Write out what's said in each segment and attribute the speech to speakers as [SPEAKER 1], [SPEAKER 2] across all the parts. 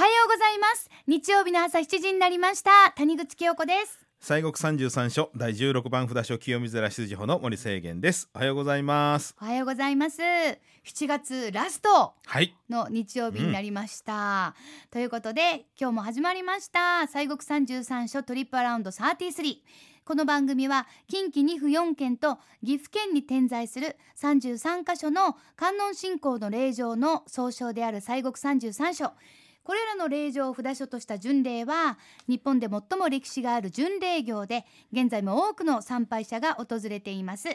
[SPEAKER 1] ます日曜日の朝7時になりました谷口清子です
[SPEAKER 2] 西国三十三所第十六番札所清水寺執事法の森清源ですおはようございます
[SPEAKER 1] おはようございます7月ラスト
[SPEAKER 2] はい
[SPEAKER 1] の日曜日になりました、ということで今日も始まりました西国三十三所トリップアラウンド33この番組は近畿2府4県と岐阜県に点在する33カ所の観音信仰の霊場の総称である西国三十三所これらの霊場を札所とした巡礼は日本で最も歴史がある巡礼業で現在も多くの参拝者が訪れています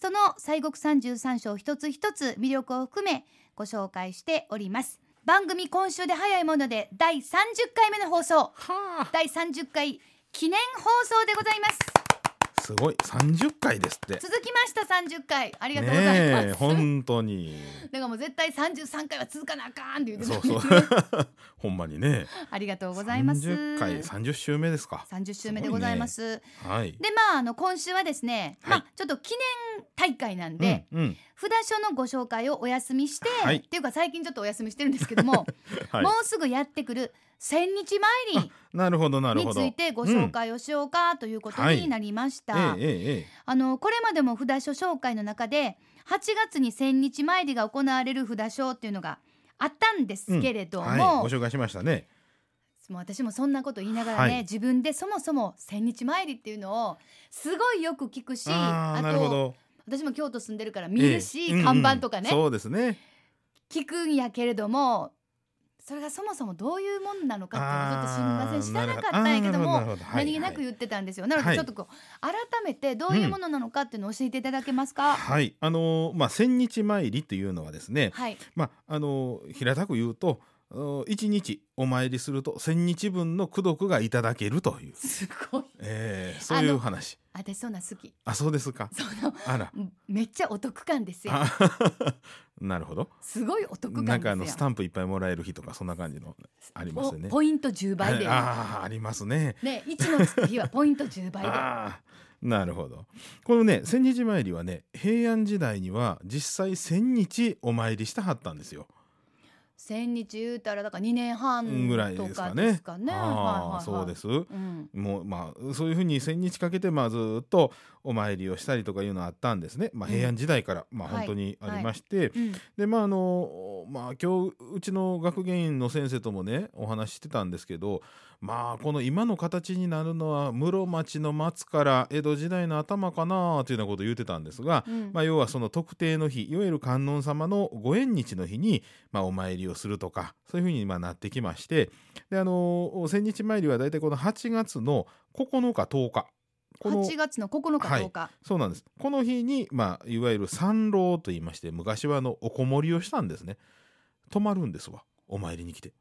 [SPEAKER 1] その西国三十三所を一つ一つ魅力を含めご紹介しております番組今週で早いもので第30回目の放送
[SPEAKER 2] は
[SPEAKER 1] 第30回記念放送でございます
[SPEAKER 2] あすごい三十回ですって
[SPEAKER 1] 続きました30回ありがとうございます、
[SPEAKER 2] ねえ本当に
[SPEAKER 1] だからもう絶対33回は続かなあかんって言ってた
[SPEAKER 2] そ
[SPEAKER 1] の
[SPEAKER 2] う
[SPEAKER 1] に
[SPEAKER 2] そうほんまにね
[SPEAKER 1] ありがとうございます
[SPEAKER 2] 30回三十週目ですか
[SPEAKER 1] 30週目でございます
[SPEAKER 2] はい
[SPEAKER 1] でまああの今週はですね、
[SPEAKER 2] はい
[SPEAKER 1] まあちょっと記念大会なんで、
[SPEAKER 2] うんうん
[SPEAKER 1] 札所のご紹介をお休みして、
[SPEAKER 2] はい
[SPEAKER 1] っていうか最近ちょっとお休みしてるんですけど も、
[SPEAKER 2] はい
[SPEAKER 1] もうすぐやってくる千日参
[SPEAKER 2] なるほどな
[SPEAKER 1] り
[SPEAKER 2] る
[SPEAKER 1] に
[SPEAKER 2] ほ
[SPEAKER 1] つ
[SPEAKER 2] ど
[SPEAKER 1] いてご紹介をしようかということになりました、
[SPEAKER 2] えええええ
[SPEAKER 1] あのこれまでも札所紹介の中で8月に千日参りが行われる札所っていうのがあったんですけれ
[SPEAKER 2] え
[SPEAKER 1] ども、
[SPEAKER 2] はいご紹介しましたね
[SPEAKER 1] もう私もそんなこと言いながらね、
[SPEAKER 2] はい
[SPEAKER 1] 自分でそもそも千日参りっていうのをすごいよく聞くし
[SPEAKER 2] ああなるほ
[SPEAKER 1] と
[SPEAKER 2] ど
[SPEAKER 1] 私も京都住んでるから見る
[SPEAKER 2] え
[SPEAKER 1] し、
[SPEAKER 2] えうんうん
[SPEAKER 1] 看板とかね、
[SPEAKER 2] そうですね
[SPEAKER 1] 聞くんやけれどもそれがそもそもどういうもんなのかっていうのをちょっとすみません知らなかったんやけども
[SPEAKER 2] あーなるほどあーなるほどはい
[SPEAKER 1] 何気なく言ってたんですよ、なの
[SPEAKER 2] は
[SPEAKER 1] で
[SPEAKER 2] い
[SPEAKER 1] ちょっとこう改めてどういうものなのかっていうのを教えていただけますか、
[SPEAKER 2] はいあのーまあ千日参りというのはですね
[SPEAKER 1] はい
[SPEAKER 2] まああのー平たく言うとあのー一日お参りすると千日分の功徳がいただけるという、
[SPEAKER 1] すごい
[SPEAKER 2] えー、そうい
[SPEAKER 1] あ
[SPEAKER 2] う
[SPEAKER 1] の
[SPEAKER 2] 話
[SPEAKER 1] 私そんなん好き
[SPEAKER 2] あそうですか
[SPEAKER 1] その
[SPEAKER 2] あら
[SPEAKER 1] めっちゃお得感ですよ
[SPEAKER 2] あ なるほど
[SPEAKER 1] すごいお得感ですよ
[SPEAKER 2] なんかあのスタンプいっぱいもらえる日とかそんな感じのありますよね
[SPEAKER 1] おポイント10倍で
[SPEAKER 2] ああありますね
[SPEAKER 1] ね一のつく日はポイント10倍で
[SPEAKER 2] あーなるほどこのね千日参りはね平安時代には実際千日お参りしたはったんですよ。
[SPEAKER 1] 千日言うたらだから2年半
[SPEAKER 2] ぐらい
[SPEAKER 1] と
[SPEAKER 2] です
[SPEAKER 1] か
[SPEAKER 2] か
[SPEAKER 1] で
[SPEAKER 2] ね。
[SPEAKER 1] すかね、
[SPEAKER 2] あーそうですす
[SPEAKER 1] うん、
[SPEAKER 2] もうまあそういうふうに千日かけてまあずっとお参りをしたりとかいうのはあったんですね、まあ、
[SPEAKER 1] うん
[SPEAKER 2] 平安時代から、まあ
[SPEAKER 1] はい
[SPEAKER 2] 本当にありまして、
[SPEAKER 1] うん
[SPEAKER 2] でまああのまあ今日うちの学芸員の先生ともねお話ししてたんですけどまあこの今の形になるのは室町の末から江戸時代の頭かなというようなことを言ってたんですが、
[SPEAKER 1] うん
[SPEAKER 2] まあ、要はその特定の日いわゆる観音様のご縁日の日に、まあ、お参りをするとかそういうふうにまあなってきましてであの千日参りは大体この8月の9日10日この
[SPEAKER 1] 8月の9日10日、
[SPEAKER 2] そうなんですこの日に、まあ、いわゆる参籠といいまして昔はあのおこもりをしたんですね泊まるんですわお参りに来て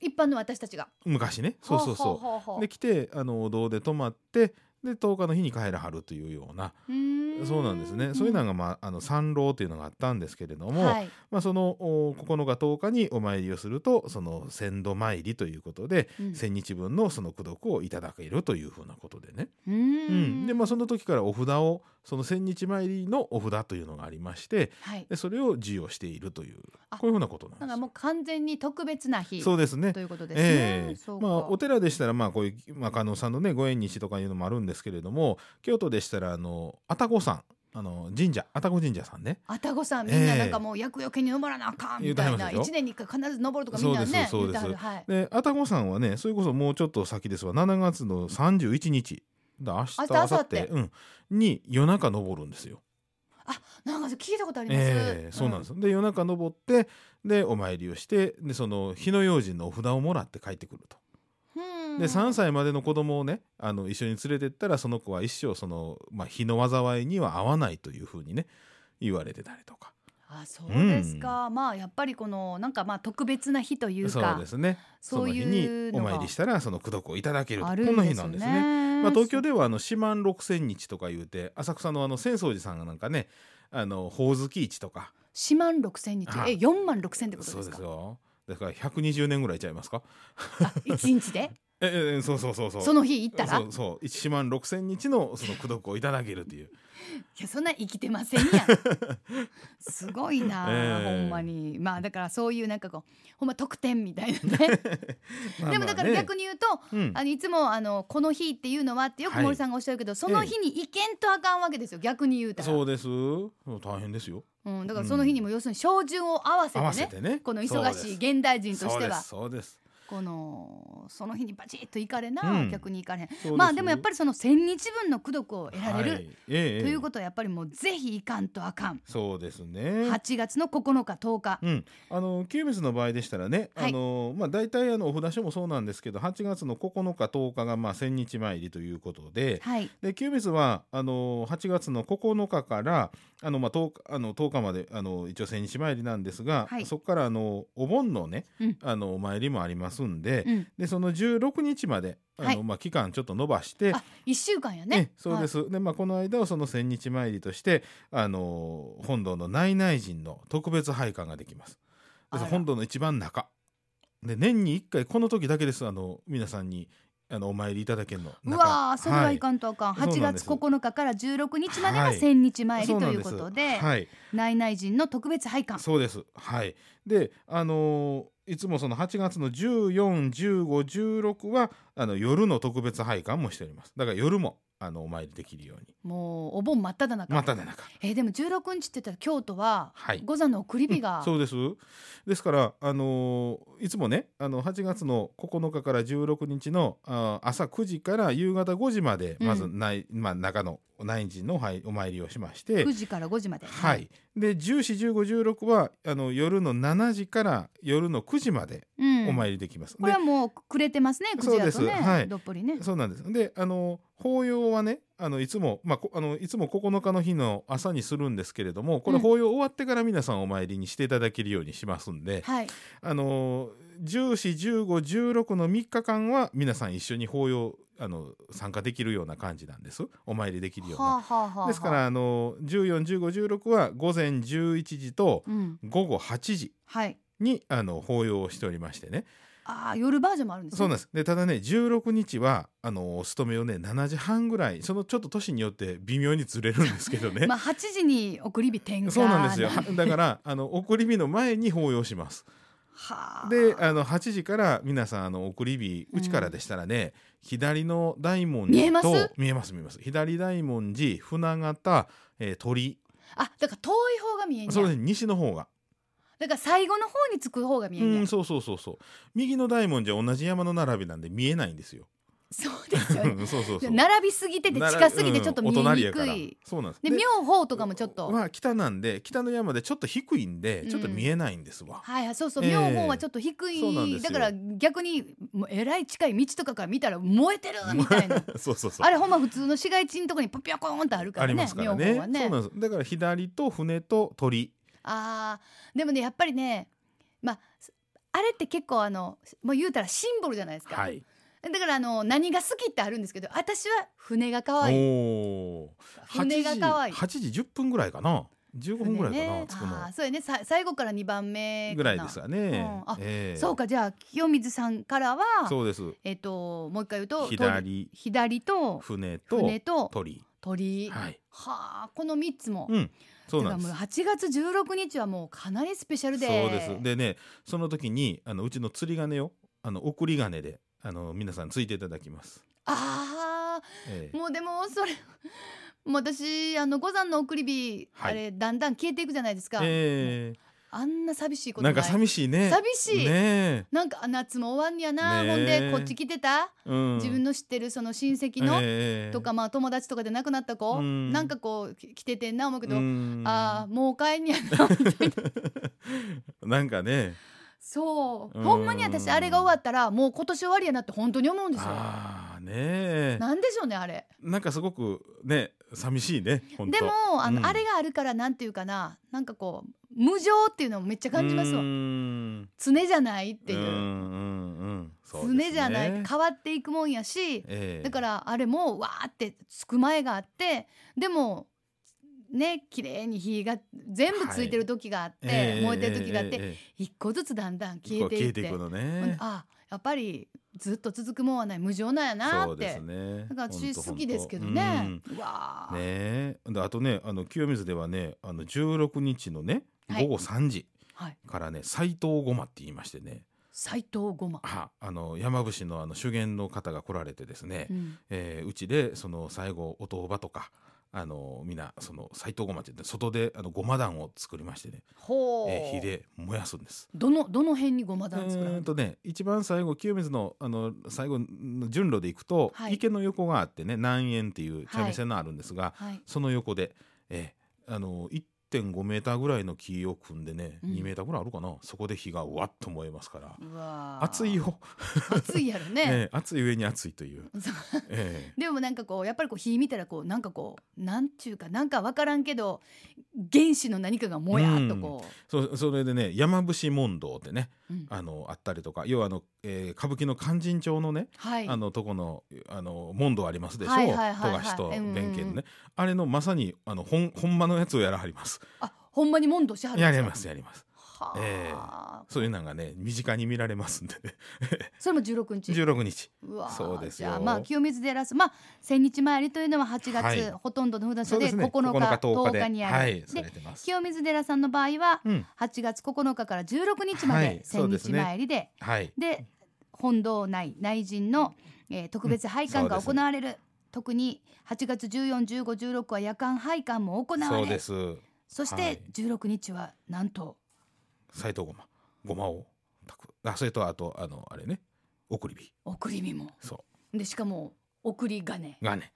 [SPEAKER 1] 一般の私たちが
[SPEAKER 2] 昔ねそうそうそ
[SPEAKER 1] ほうほ
[SPEAKER 2] う。
[SPEAKER 1] うほうほう
[SPEAKER 2] で来てあのお堂で泊まってで10日の日に帰らはるというような
[SPEAKER 1] うー
[SPEAKER 2] そうなんですね、そういうのが、まあ、あの参籠というのがあったんですけれども、
[SPEAKER 1] はい
[SPEAKER 2] まあ、そのお9日10日にお参りをするとその千度参りということで、
[SPEAKER 1] うん
[SPEAKER 2] 千日分のその功徳をいただけるというふうなことでね、
[SPEAKER 1] う
[SPEAKER 2] う
[SPEAKER 1] ー
[SPEAKER 2] ん
[SPEAKER 1] ん
[SPEAKER 2] でまあその時からお札をその千日参りのお札というのがありまして
[SPEAKER 1] はい
[SPEAKER 2] でそれを授与しているという
[SPEAKER 1] あ
[SPEAKER 2] こういうふうなことなん
[SPEAKER 1] だか
[SPEAKER 2] で
[SPEAKER 1] ら
[SPEAKER 2] す
[SPEAKER 1] もう完全に特別な日
[SPEAKER 2] よ。そうですね
[SPEAKER 1] ということですね、
[SPEAKER 2] ええ
[SPEAKER 1] そうか
[SPEAKER 2] まあ、お寺でしたらまあこういう、まあ、観音さんのねご縁日とかいうのもあるんですけれども京都でしたらあの愛宕さんあの神社愛宕神社さんね
[SPEAKER 1] あたごさんみんな
[SPEAKER 2] ええ
[SPEAKER 1] なんかもう厄除けに登らなあかんみたい
[SPEAKER 2] 言うて
[SPEAKER 1] な
[SPEAKER 2] はります
[SPEAKER 1] 一
[SPEAKER 2] でしょ
[SPEAKER 1] 年に一回必ず登るとかみんなね
[SPEAKER 2] そうで
[SPEAKER 1] 言
[SPEAKER 2] すそう
[SPEAKER 1] う
[SPEAKER 2] で
[SPEAKER 1] てはるはい
[SPEAKER 2] で愛宕さんはねそれこそもうちょっと先ですわ7月の31日だ明日
[SPEAKER 1] 明日
[SPEAKER 2] 明後
[SPEAKER 1] 明
[SPEAKER 2] 日
[SPEAKER 1] 後
[SPEAKER 2] うんに夜中登るんですよ。
[SPEAKER 1] なんか聞いたことあります、
[SPEAKER 2] ええそうなんです、で夜中登ってでお参りをしてでその火の用心のお札をもらって帰ってくると。
[SPEAKER 1] うん、
[SPEAKER 2] で3
[SPEAKER 1] 三
[SPEAKER 2] 歳までの子供をねあの一緒に連れてったらその子は一生その、まあ、火の災いには合わないというふうにね言われてたりとか
[SPEAKER 1] あそうですか、まあやっぱりこのなんかまあ特別な日というか
[SPEAKER 2] そうですねそ
[SPEAKER 1] そう
[SPEAKER 2] の日
[SPEAKER 1] い
[SPEAKER 2] に
[SPEAKER 1] う
[SPEAKER 2] お
[SPEAKER 1] のが
[SPEAKER 2] 参りしたらその功徳をいただけると
[SPEAKER 1] ある
[SPEAKER 2] こ
[SPEAKER 1] ん
[SPEAKER 2] んな
[SPEAKER 1] で
[SPEAKER 2] 日
[SPEAKER 1] す
[SPEAKER 2] なんですね。
[SPEAKER 1] ね
[SPEAKER 2] まあ、東京ではあの四万六千日とか言うて浅草のあの浅草寺さんがなんかねあのほおずき市とか
[SPEAKER 1] 四万六千日
[SPEAKER 2] あ
[SPEAKER 1] え四万六千ってこと
[SPEAKER 2] そ
[SPEAKER 1] で
[SPEAKER 2] う
[SPEAKER 1] すか
[SPEAKER 2] ですよだから120年ぐらいちゃいますか
[SPEAKER 1] あ一日で
[SPEAKER 2] ええええそうそう そうそう
[SPEAKER 1] その日行ったら
[SPEAKER 2] そうそう1万6,000日のその功徳をいただけるという
[SPEAKER 1] いやそんな生きてません やんすごいなあ、
[SPEAKER 2] ええ
[SPEAKER 1] ほんまにまあだからそういうなんかこうほんま特典みたい なね
[SPEAKER 2] まあまあね
[SPEAKER 1] でもだから逆に言うと、
[SPEAKER 2] うん
[SPEAKER 1] あのいつもあのこの日っていうのはってよく
[SPEAKER 2] はい
[SPEAKER 1] 森さんがおっしゃるけど、その日に行けんとあかんわけですよ逆に言うたら
[SPEAKER 2] そうですそう大変ですよ
[SPEAKER 1] うん、だからその日にも要するに照準を合わせて
[SPEAKER 2] 合
[SPEAKER 1] ね
[SPEAKER 2] わせてね
[SPEAKER 1] この忙しい現代人とし
[SPEAKER 2] そう
[SPEAKER 1] て
[SPEAKER 2] で
[SPEAKER 1] は
[SPEAKER 2] すそうです
[SPEAKER 1] このその日にバチッと行かれな、
[SPEAKER 2] うん
[SPEAKER 1] 逆に行かれへん
[SPEAKER 2] そうです
[SPEAKER 1] まあでもやっぱりその1,000日分の功徳を得られる、
[SPEAKER 2] はいええ
[SPEAKER 1] ということとはやっぱりもうぜひ行かんとあかん。
[SPEAKER 2] そうですね
[SPEAKER 1] 8月の9日10日、
[SPEAKER 2] うん、あの清水の場合でしたらね、
[SPEAKER 1] はい
[SPEAKER 2] あのまあ、大体あのお札所もそうなんですけど8月の9日10日がまあ千日参りということで
[SPEAKER 1] はい
[SPEAKER 2] で清水はあの8月の9日からあの、まあ、10, 日あの10日まであの一応千日参りなんですが、
[SPEAKER 1] はい
[SPEAKER 2] そこからあのお盆のね、
[SPEAKER 1] うん
[SPEAKER 2] あのお参りもありますんで,、
[SPEAKER 1] うん、
[SPEAKER 2] でその16日まであの、
[SPEAKER 1] はい
[SPEAKER 2] まあ、期間ちょっと延ばして
[SPEAKER 1] あ1週間や
[SPEAKER 2] え
[SPEAKER 1] ね
[SPEAKER 2] えそうです、でまあこの間をその千日参りとしてあのー本堂の内内陣の特別拝観ができます
[SPEAKER 1] あ
[SPEAKER 2] で
[SPEAKER 1] ら
[SPEAKER 2] 本堂の一番中で年に一回この時だけですあの皆さんにあのお参りいただけるの
[SPEAKER 1] はい、うわーそれはい
[SPEAKER 2] ん
[SPEAKER 1] かんとあかん、
[SPEAKER 2] はいそ
[SPEAKER 1] 8
[SPEAKER 2] うなんで
[SPEAKER 1] 月
[SPEAKER 2] す
[SPEAKER 1] 9日から16日までが
[SPEAKER 2] はい
[SPEAKER 1] 1,000日参り
[SPEAKER 2] そう
[SPEAKER 1] と
[SPEAKER 2] な
[SPEAKER 1] い
[SPEAKER 2] んで
[SPEAKER 1] う
[SPEAKER 2] す
[SPEAKER 1] ことで
[SPEAKER 2] はい
[SPEAKER 1] 内々人の特別拝観
[SPEAKER 2] そうですはいであのーいつもその8月の141516はあの夜の特別拝観もしておりますだから夜もあのお参りできるように
[SPEAKER 1] もうお盆真っ只中、
[SPEAKER 2] またね中
[SPEAKER 1] えーでも16日って言ったら京都は
[SPEAKER 2] はい
[SPEAKER 1] 五座の送り火が、
[SPEAKER 2] そうですですから、あのーいつもねあの8月の9日から16日のあー朝9時から夕方5時まで
[SPEAKER 1] うん
[SPEAKER 2] まずない、まあ、中の内陣の、はい、お参りをしまして
[SPEAKER 1] 9、時から5時まで
[SPEAKER 2] はい、で141516はあの夜の7時から夜の9時まで
[SPEAKER 1] うん、
[SPEAKER 2] お参りできます。
[SPEAKER 1] これは
[SPEAKER 2] で
[SPEAKER 1] もうくれてますね9時だと
[SPEAKER 2] そうで
[SPEAKER 1] ね、
[SPEAKER 2] すはい
[SPEAKER 1] どっぷりね
[SPEAKER 2] そうなんですであの法要はねあのいつも、まあ、こあのいつも9日の日の朝にするんですけれどもこれ
[SPEAKER 1] うん
[SPEAKER 2] 法要終わってから皆さんお参りにしていただけるようにしますんで、
[SPEAKER 1] はい
[SPEAKER 2] あの14、15、16の3日間は皆さん一緒に法要あの参加できるような感じなんですお参りできるよう
[SPEAKER 1] はあ
[SPEAKER 2] な。
[SPEAKER 1] はあはあ
[SPEAKER 2] ですからあの14、15、16は午前11時と
[SPEAKER 1] うん
[SPEAKER 2] 午後8時
[SPEAKER 1] はい
[SPEAKER 2] にあの法要をしておりましてね
[SPEAKER 1] ああ夜バージョンもあるんですね
[SPEAKER 2] そうなんですでただね16日はあのお勤めをね7時半ぐらいそのちょっと年によって微妙にずれるんですけどね、
[SPEAKER 1] まあ8時に送り火点火
[SPEAKER 2] そうなんですよ だからあの送り火の前に法要します。
[SPEAKER 1] はあ
[SPEAKER 2] であの8時から皆さんあの送り火うちからでしたらね、左の大文
[SPEAKER 1] 見えま
[SPEAKER 2] 字
[SPEAKER 1] す
[SPEAKER 2] と見えます見えます左大文字船形、えー鳥
[SPEAKER 1] あだから遠い方が見えんね
[SPEAKER 2] そうで
[SPEAKER 1] や
[SPEAKER 2] す西の方が
[SPEAKER 1] だから最後の方につく方が見え
[SPEAKER 2] うん
[SPEAKER 1] ねや
[SPEAKER 2] んそうそうそうそう右の大文字は同じ山の並びなんで見えないんですよ
[SPEAKER 1] そうですよね
[SPEAKER 2] う んそうそうそう
[SPEAKER 1] 並びすぎてて近すぎてちょっと見え
[SPEAKER 2] うんお隣
[SPEAKER 1] に
[SPEAKER 2] やか
[SPEAKER 1] く
[SPEAKER 2] ら
[SPEAKER 1] い
[SPEAKER 2] そうなんです
[SPEAKER 1] で
[SPEAKER 2] で
[SPEAKER 1] 妙法とかもちょっと
[SPEAKER 2] は北なんで北の山でちょっと低いんで
[SPEAKER 1] うん
[SPEAKER 2] ちょっと見えないんですわ、
[SPEAKER 1] はいはいそうそう
[SPEAKER 2] ええ
[SPEAKER 1] 妙法はちょっと低
[SPEAKER 2] そうなん
[SPEAKER 1] い
[SPEAKER 2] です
[SPEAKER 1] だ
[SPEAKER 2] よ
[SPEAKER 1] から逆にもうえらい近い道とかから見たら燃えてるみたいな
[SPEAKER 2] そうそうそう
[SPEAKER 1] あれほんま普通の市街地のとこにパピョコーンってあるか
[SPEAKER 2] あ
[SPEAKER 1] ら
[SPEAKER 2] り
[SPEAKER 1] ね
[SPEAKER 2] ますから
[SPEAKER 1] 妙
[SPEAKER 2] ね
[SPEAKER 1] 法はね
[SPEAKER 2] そうなんですだから左と船と鳥
[SPEAKER 1] あーでもねやっぱりねまああれって結構あのもう言うたらシンボルじゃないですか、
[SPEAKER 2] はい
[SPEAKER 1] だからあの何が好きってあるんですけど私は船が可
[SPEAKER 2] お
[SPEAKER 1] 愛い
[SPEAKER 2] おー
[SPEAKER 1] 船が可愛い
[SPEAKER 2] 8時8時10分ぐらいかな15分ぐらいかな、
[SPEAKER 1] ね
[SPEAKER 2] 着く
[SPEAKER 1] あー
[SPEAKER 2] の
[SPEAKER 1] そうやねさ最後から2番目かな
[SPEAKER 2] ぐらいですかね、
[SPEAKER 1] うんあ
[SPEAKER 2] ええ
[SPEAKER 1] そうかじゃあ清水さんからは
[SPEAKER 2] そうです
[SPEAKER 1] えっ、ともう一回言うと鳥
[SPEAKER 2] 左
[SPEAKER 1] 左と
[SPEAKER 2] 船と
[SPEAKER 1] 船と
[SPEAKER 2] 鳥
[SPEAKER 1] 鳥は
[SPEAKER 2] はい
[SPEAKER 1] あこの3つも、
[SPEAKER 2] うんそうなんで
[SPEAKER 1] だ
[SPEAKER 2] す
[SPEAKER 1] からもう8月16日はもうかなりスペシャルで
[SPEAKER 2] そうですでねその時にあのうちの釣り鐘をあの送り鐘であの皆さんついていただきます、
[SPEAKER 1] ああ
[SPEAKER 2] ええ
[SPEAKER 1] もうでもそれもう私あの五山の送り火、
[SPEAKER 2] はい
[SPEAKER 1] あれだんだん消えていくじゃないですか、
[SPEAKER 2] え
[SPEAKER 1] あんな寂しいこと
[SPEAKER 2] え
[SPEAKER 1] な
[SPEAKER 2] ないんか寂しいね
[SPEAKER 1] 寂しい
[SPEAKER 2] ねえ、
[SPEAKER 1] なんかあ夏も終わんやな、
[SPEAKER 2] ねえ
[SPEAKER 1] ほんでこっち来てた、
[SPEAKER 2] うん、
[SPEAKER 1] 自分
[SPEAKER 2] の
[SPEAKER 1] の知ってるその親戚の、とかまあ友達とかで亡くなった子、
[SPEAKER 2] うん
[SPEAKER 1] なんかこうき来ててんな思うけど、ああ
[SPEAKER 2] あ
[SPEAKER 1] もう帰んやな
[SPEAKER 2] なんかね
[SPEAKER 1] そう、
[SPEAKER 2] うん
[SPEAKER 1] ほんまに私あれが終わったらもう今年終わりやなって本当に思うんですよ
[SPEAKER 2] ああねえ
[SPEAKER 1] なんでしょうねあれ
[SPEAKER 2] なんかすごくね寂しいね本当
[SPEAKER 1] でもあの、
[SPEAKER 2] うん
[SPEAKER 1] あれがあるからなんていうかななんかこう無情っていうのもめっちゃ感じますわ
[SPEAKER 2] うーん
[SPEAKER 1] 常じゃないっていうう。
[SPEAKER 2] んうんうんそうですね
[SPEAKER 1] 常じゃない、変わっていくもんやし、
[SPEAKER 2] ええ
[SPEAKER 1] だからあれもわーってつく前があってでもね綺麗に火が全部ついてる時があって、
[SPEAKER 2] ええ
[SPEAKER 1] 燃えてる時があって、
[SPEAKER 2] ええええ
[SPEAKER 1] 一個ずつだんだん
[SPEAKER 2] ええ
[SPEAKER 1] 消えていって、
[SPEAKER 2] こう消えていくの
[SPEAKER 1] ほんで
[SPEAKER 2] ね
[SPEAKER 1] あやっぱりずっと続くもんはない無情なんやな
[SPEAKER 2] そう
[SPEAKER 1] っ
[SPEAKER 2] です
[SPEAKER 1] て、
[SPEAKER 2] ね
[SPEAKER 1] だから
[SPEAKER 2] ほん
[SPEAKER 1] 私
[SPEAKER 2] と
[SPEAKER 1] 好きですけど
[SPEAKER 2] ほ
[SPEAKER 1] ね
[SPEAKER 2] んとうん
[SPEAKER 1] うわー
[SPEAKER 2] ねえであとねあの清水ではねあの16日のね
[SPEAKER 1] はい
[SPEAKER 2] 午後3時
[SPEAKER 1] はい
[SPEAKER 2] からね斎、藤ごまって言いましてね
[SPEAKER 1] 斎藤ごま、
[SPEAKER 2] ああの山伏のあの修験の方が来られてですね、う
[SPEAKER 1] うん
[SPEAKER 2] えーうちでその最後お当場とかあのみんなその斎藤ごまって言って外であのごま団を作りましてね、
[SPEAKER 1] ほう、
[SPEAKER 2] えー火で燃やすんです。
[SPEAKER 1] どのどの辺にごま
[SPEAKER 2] う
[SPEAKER 1] 団作られ
[SPEAKER 2] ー
[SPEAKER 1] る
[SPEAKER 2] んとね一番最後清水のあの最後の順路で行くと、
[SPEAKER 1] はい
[SPEAKER 2] 池の横があってね南園っていう茶店のあるんですが、
[SPEAKER 1] はい
[SPEAKER 2] その横で、えーあの1.5メーターぐらいの木を組んでね、
[SPEAKER 1] うん
[SPEAKER 2] 2メーターぐらいあるかなそこで火がわっと燃えますから
[SPEAKER 1] うわー
[SPEAKER 2] 暑いよ、
[SPEAKER 1] 暑いや ろね
[SPEAKER 2] えー暑い上に暑いという、
[SPEAKER 1] そう
[SPEAKER 2] え
[SPEAKER 1] でもなんかこうやっぱりこう火見たらこうなんかこうなんちゅうかなんかわからんけど原子の何かがもやっとこ
[SPEAKER 2] ーそそれでね山伏問答ってね
[SPEAKER 1] う、うん
[SPEAKER 2] あのあったりとか要はあの、えー歌舞伎の勧進帳のね
[SPEAKER 1] はい
[SPEAKER 2] あのとこのあの問答ありますでしょ
[SPEAKER 1] はい
[SPEAKER 2] 富
[SPEAKER 1] はいはいはい
[SPEAKER 2] 樫と
[SPEAKER 1] うんうん
[SPEAKER 2] 弁慶のねあれのまさにあのほんほんまのやつをやらはります
[SPEAKER 1] あほんまに問答しはるん
[SPEAKER 2] や
[SPEAKER 1] です
[SPEAKER 2] り
[SPEAKER 1] か
[SPEAKER 2] ますやります
[SPEAKER 1] はあ、
[SPEAKER 2] そういうのがね身近に見られますんで ね
[SPEAKER 1] それも16日
[SPEAKER 2] 16日
[SPEAKER 1] うわー
[SPEAKER 2] そうです
[SPEAKER 1] じゃあ
[SPEAKER 2] よ
[SPEAKER 1] まあ清水寺すまあ千日参りというのは8月、
[SPEAKER 2] はい
[SPEAKER 1] ほとんどの普段所
[SPEAKER 2] そうで
[SPEAKER 1] です9
[SPEAKER 2] ね
[SPEAKER 1] 日10日
[SPEAKER 2] で
[SPEAKER 1] にある、
[SPEAKER 2] はいさ
[SPEAKER 1] で
[SPEAKER 2] れてます
[SPEAKER 1] 清水寺さんの場合は
[SPEAKER 2] うん
[SPEAKER 1] 8月9日から16日ま
[SPEAKER 2] は
[SPEAKER 1] で
[SPEAKER 2] い
[SPEAKER 1] 千日参りで、
[SPEAKER 2] はい
[SPEAKER 1] で本堂内内陣の、えー特別拝観が
[SPEAKER 2] うんそ
[SPEAKER 1] 行
[SPEAKER 2] うです
[SPEAKER 1] われる、特に8月141516は夜間拝観も行わ
[SPEAKER 2] そう
[SPEAKER 1] れ
[SPEAKER 2] で
[SPEAKER 1] そ
[SPEAKER 2] す
[SPEAKER 1] し
[SPEAKER 2] はい
[SPEAKER 1] て16日はなんと
[SPEAKER 2] 斎藤ごまごまを炊くあそれとあとあのあれね送り火
[SPEAKER 1] 送り火も
[SPEAKER 2] そ
[SPEAKER 1] でしかも送り金
[SPEAKER 2] うがね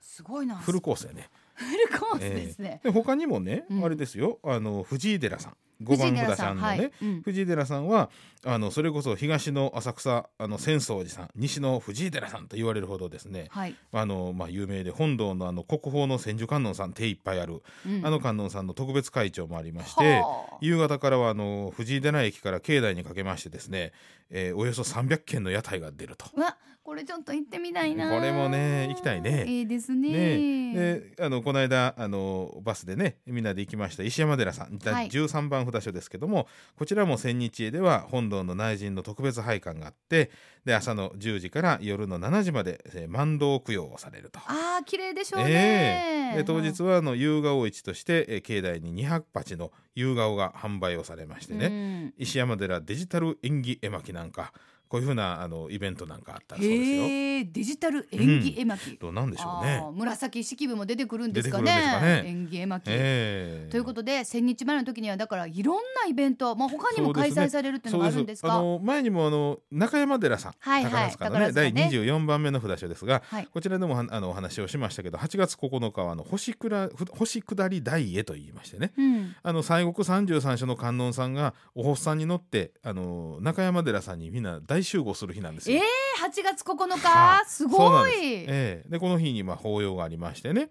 [SPEAKER 1] すごいな
[SPEAKER 2] フルコースやね
[SPEAKER 1] フルコースですね、
[SPEAKER 2] で他にもね、
[SPEAKER 1] うん
[SPEAKER 2] あれですよあの藤井寺さん五
[SPEAKER 1] 藤
[SPEAKER 2] 番
[SPEAKER 1] 井
[SPEAKER 2] 札
[SPEAKER 1] 寺
[SPEAKER 2] さんのね、
[SPEAKER 1] はいうん
[SPEAKER 2] 藤井寺さんはあのそれこそ東の浅草あの浅草寺さん西の藤井寺さんと言われるほどですね
[SPEAKER 1] はい
[SPEAKER 2] あの、まあ、有名で本堂のあの国宝の千手観音さん手いっぱいある、
[SPEAKER 1] うん
[SPEAKER 2] あの観音さんの特別会長もありまして
[SPEAKER 1] はあ
[SPEAKER 2] 夕方からはあの藤井寺駅から境内にかけましてですね、えーおよそ300軒の屋台が出ると。
[SPEAKER 1] うわこれちょっと行ってみたいな
[SPEAKER 2] これもね行きたいね
[SPEAKER 1] ええですね
[SPEAKER 2] ねえ、であのこの間あのバスでねみんなで行きました石山寺さん、
[SPEAKER 1] はい
[SPEAKER 2] 13番札所ですけどもこちらも千日絵では本堂の内陣の特別拝観があってで朝の10時から夜の7時まで、えー、満堂供養をされると。
[SPEAKER 1] あー綺麗でしょう
[SPEAKER 2] え
[SPEAKER 1] ね、
[SPEAKER 2] えで当日はあの夕顔市として、えー境内に200鉢の夕顔が販売をされましてね、
[SPEAKER 1] ね、
[SPEAKER 2] 石山寺デジタル演技絵巻なんかこういうふうなあのイベントなんかあった
[SPEAKER 1] う
[SPEAKER 2] ら
[SPEAKER 1] ん
[SPEAKER 2] そうですよ。
[SPEAKER 1] へえデジタル演技絵巻、
[SPEAKER 2] どうなんでしょう
[SPEAKER 1] あ
[SPEAKER 2] ね
[SPEAKER 1] ー。紫式部も出てくるんですかね
[SPEAKER 2] 出てくるんですかね
[SPEAKER 1] 演技絵巻、
[SPEAKER 2] ええ
[SPEAKER 1] ということで千日前の時にはだからいろんなイベント、まあ、他にも
[SPEAKER 2] そう
[SPEAKER 1] 開
[SPEAKER 2] ですね
[SPEAKER 1] 催されるっていうのがあるんですか
[SPEAKER 2] あの前にもあの中山寺さん、
[SPEAKER 1] はいはい
[SPEAKER 2] 宝塚のね
[SPEAKER 1] 宝塚ね
[SPEAKER 2] 第24番目の札所ですが、
[SPEAKER 1] はい
[SPEAKER 2] こちらでもはあのお話をしましたけど8月9日はあの星倉ふ星下り大へと言いましてね
[SPEAKER 1] うん、
[SPEAKER 2] あの西国三十三所の観音さんがお星さんに乗ってあの中山寺さんにみんな大集合する日なんですよ。
[SPEAKER 1] えー8月9日、
[SPEAKER 2] はあ
[SPEAKER 1] す
[SPEAKER 2] そうな
[SPEAKER 1] ご
[SPEAKER 2] ん
[SPEAKER 1] い
[SPEAKER 2] ですええでこの日にまあ法要がありましてね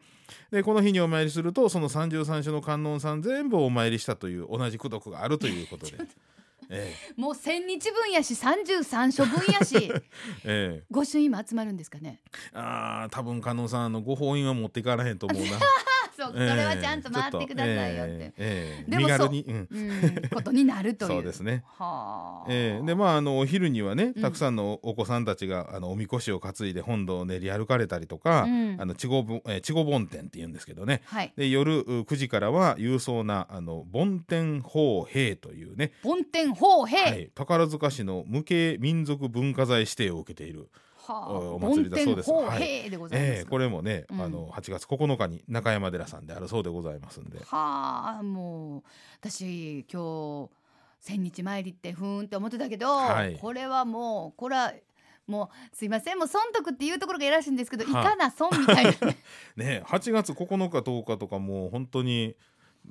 [SPEAKER 2] でこの日にお参りするとその三十三所の観音さん全部お参りしたという同じ功徳があるとい うことで。え
[SPEAKER 1] もう千日分やし33所分や し
[SPEAKER 2] えええ
[SPEAKER 1] 御朱印も集まるんですかね
[SPEAKER 2] あー多分加納さんあのご法印は持っていかれへんと思うな
[SPEAKER 1] あそうそれはちゃんと回ってくださいよって、
[SPEAKER 2] ええええ
[SPEAKER 1] でも
[SPEAKER 2] 身
[SPEAKER 1] そう
[SPEAKER 2] 軽に、うん、
[SPEAKER 1] うん、ことになるという
[SPEAKER 2] そうですね
[SPEAKER 1] はあ、
[SPEAKER 2] ええでまああのお昼にはね
[SPEAKER 1] うん
[SPEAKER 2] たくさんのお子さんたちが、あのおみこしを担いで本堂を練り歩かれたりとか、
[SPEAKER 1] うん
[SPEAKER 2] あの稚語盆えー稚語盆天って言うんですけどね
[SPEAKER 1] はい
[SPEAKER 2] で夜う9時からは勇壮なあの梵天法兵というね、
[SPEAKER 1] 梵天法兵、
[SPEAKER 2] はい、宝塚市の無形民族文化財指定を受けている
[SPEAKER 1] はあ、
[SPEAKER 2] おお祭りだそうです
[SPEAKER 1] 梵天法
[SPEAKER 2] はい
[SPEAKER 1] 兵でございます、
[SPEAKER 2] ええこれもね、
[SPEAKER 1] うん
[SPEAKER 2] あの8月9日に中山寺さんであるそうでございますんで。
[SPEAKER 1] はあもう私今日千日参りってふーんって思ってたけど、
[SPEAKER 2] はい
[SPEAKER 1] これはもうこれはもうすいませんもう損得っていうところがいらしいんですけど、、
[SPEAKER 2] はいい
[SPEAKER 1] かな損みた いな
[SPEAKER 2] ね8月9日10日とかもう本当に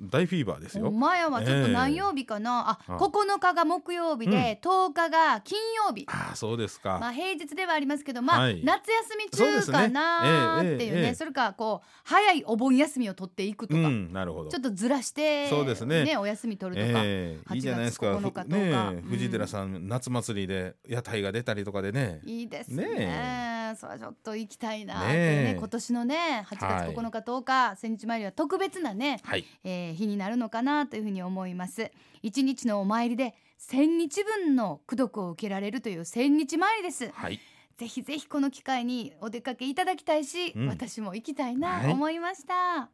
[SPEAKER 2] 大フィーバーです
[SPEAKER 1] お
[SPEAKER 2] よ。
[SPEAKER 1] 前はちょっと何曜日かな、
[SPEAKER 2] え
[SPEAKER 1] あ
[SPEAKER 2] え
[SPEAKER 1] 9日が木曜日で、10日が金曜日
[SPEAKER 2] ああそうですか。
[SPEAKER 1] まあ平日ではありますけどまあ、
[SPEAKER 2] はい
[SPEAKER 1] 夏休み中かなーっていうねそ
[SPEAKER 2] そうですねええええええ
[SPEAKER 1] れかこう早いお盆休みを取っていくと
[SPEAKER 2] う
[SPEAKER 1] か、
[SPEAKER 2] んなるほど。
[SPEAKER 1] ちょっとずらして
[SPEAKER 2] そうですね
[SPEAKER 1] お休み取るとか、
[SPEAKER 2] ええ
[SPEAKER 1] 8
[SPEAKER 2] いいじゃないですか。
[SPEAKER 1] 月9日
[SPEAKER 2] ふねえ
[SPEAKER 1] 10日うん
[SPEAKER 2] 藤寺さん、夏祭りで屋台が出たりとかでね。
[SPEAKER 1] いいですね
[SPEAKER 2] ね
[SPEAKER 1] んそれはちょっと行きたいな、
[SPEAKER 2] ねえ
[SPEAKER 1] ね今年のね8
[SPEAKER 2] はい
[SPEAKER 1] 月9日10日千日参りは特別なね、
[SPEAKER 2] はい
[SPEAKER 1] えー日になるのかなというふうに思います一日のお参りで千日分の功徳を受けられるという千日参りです
[SPEAKER 2] はい
[SPEAKER 1] ぜひぜひこの機会にお出かけいただきたいし、
[SPEAKER 2] うん
[SPEAKER 1] 私も行きたいな
[SPEAKER 2] はい
[SPEAKER 1] 思いました、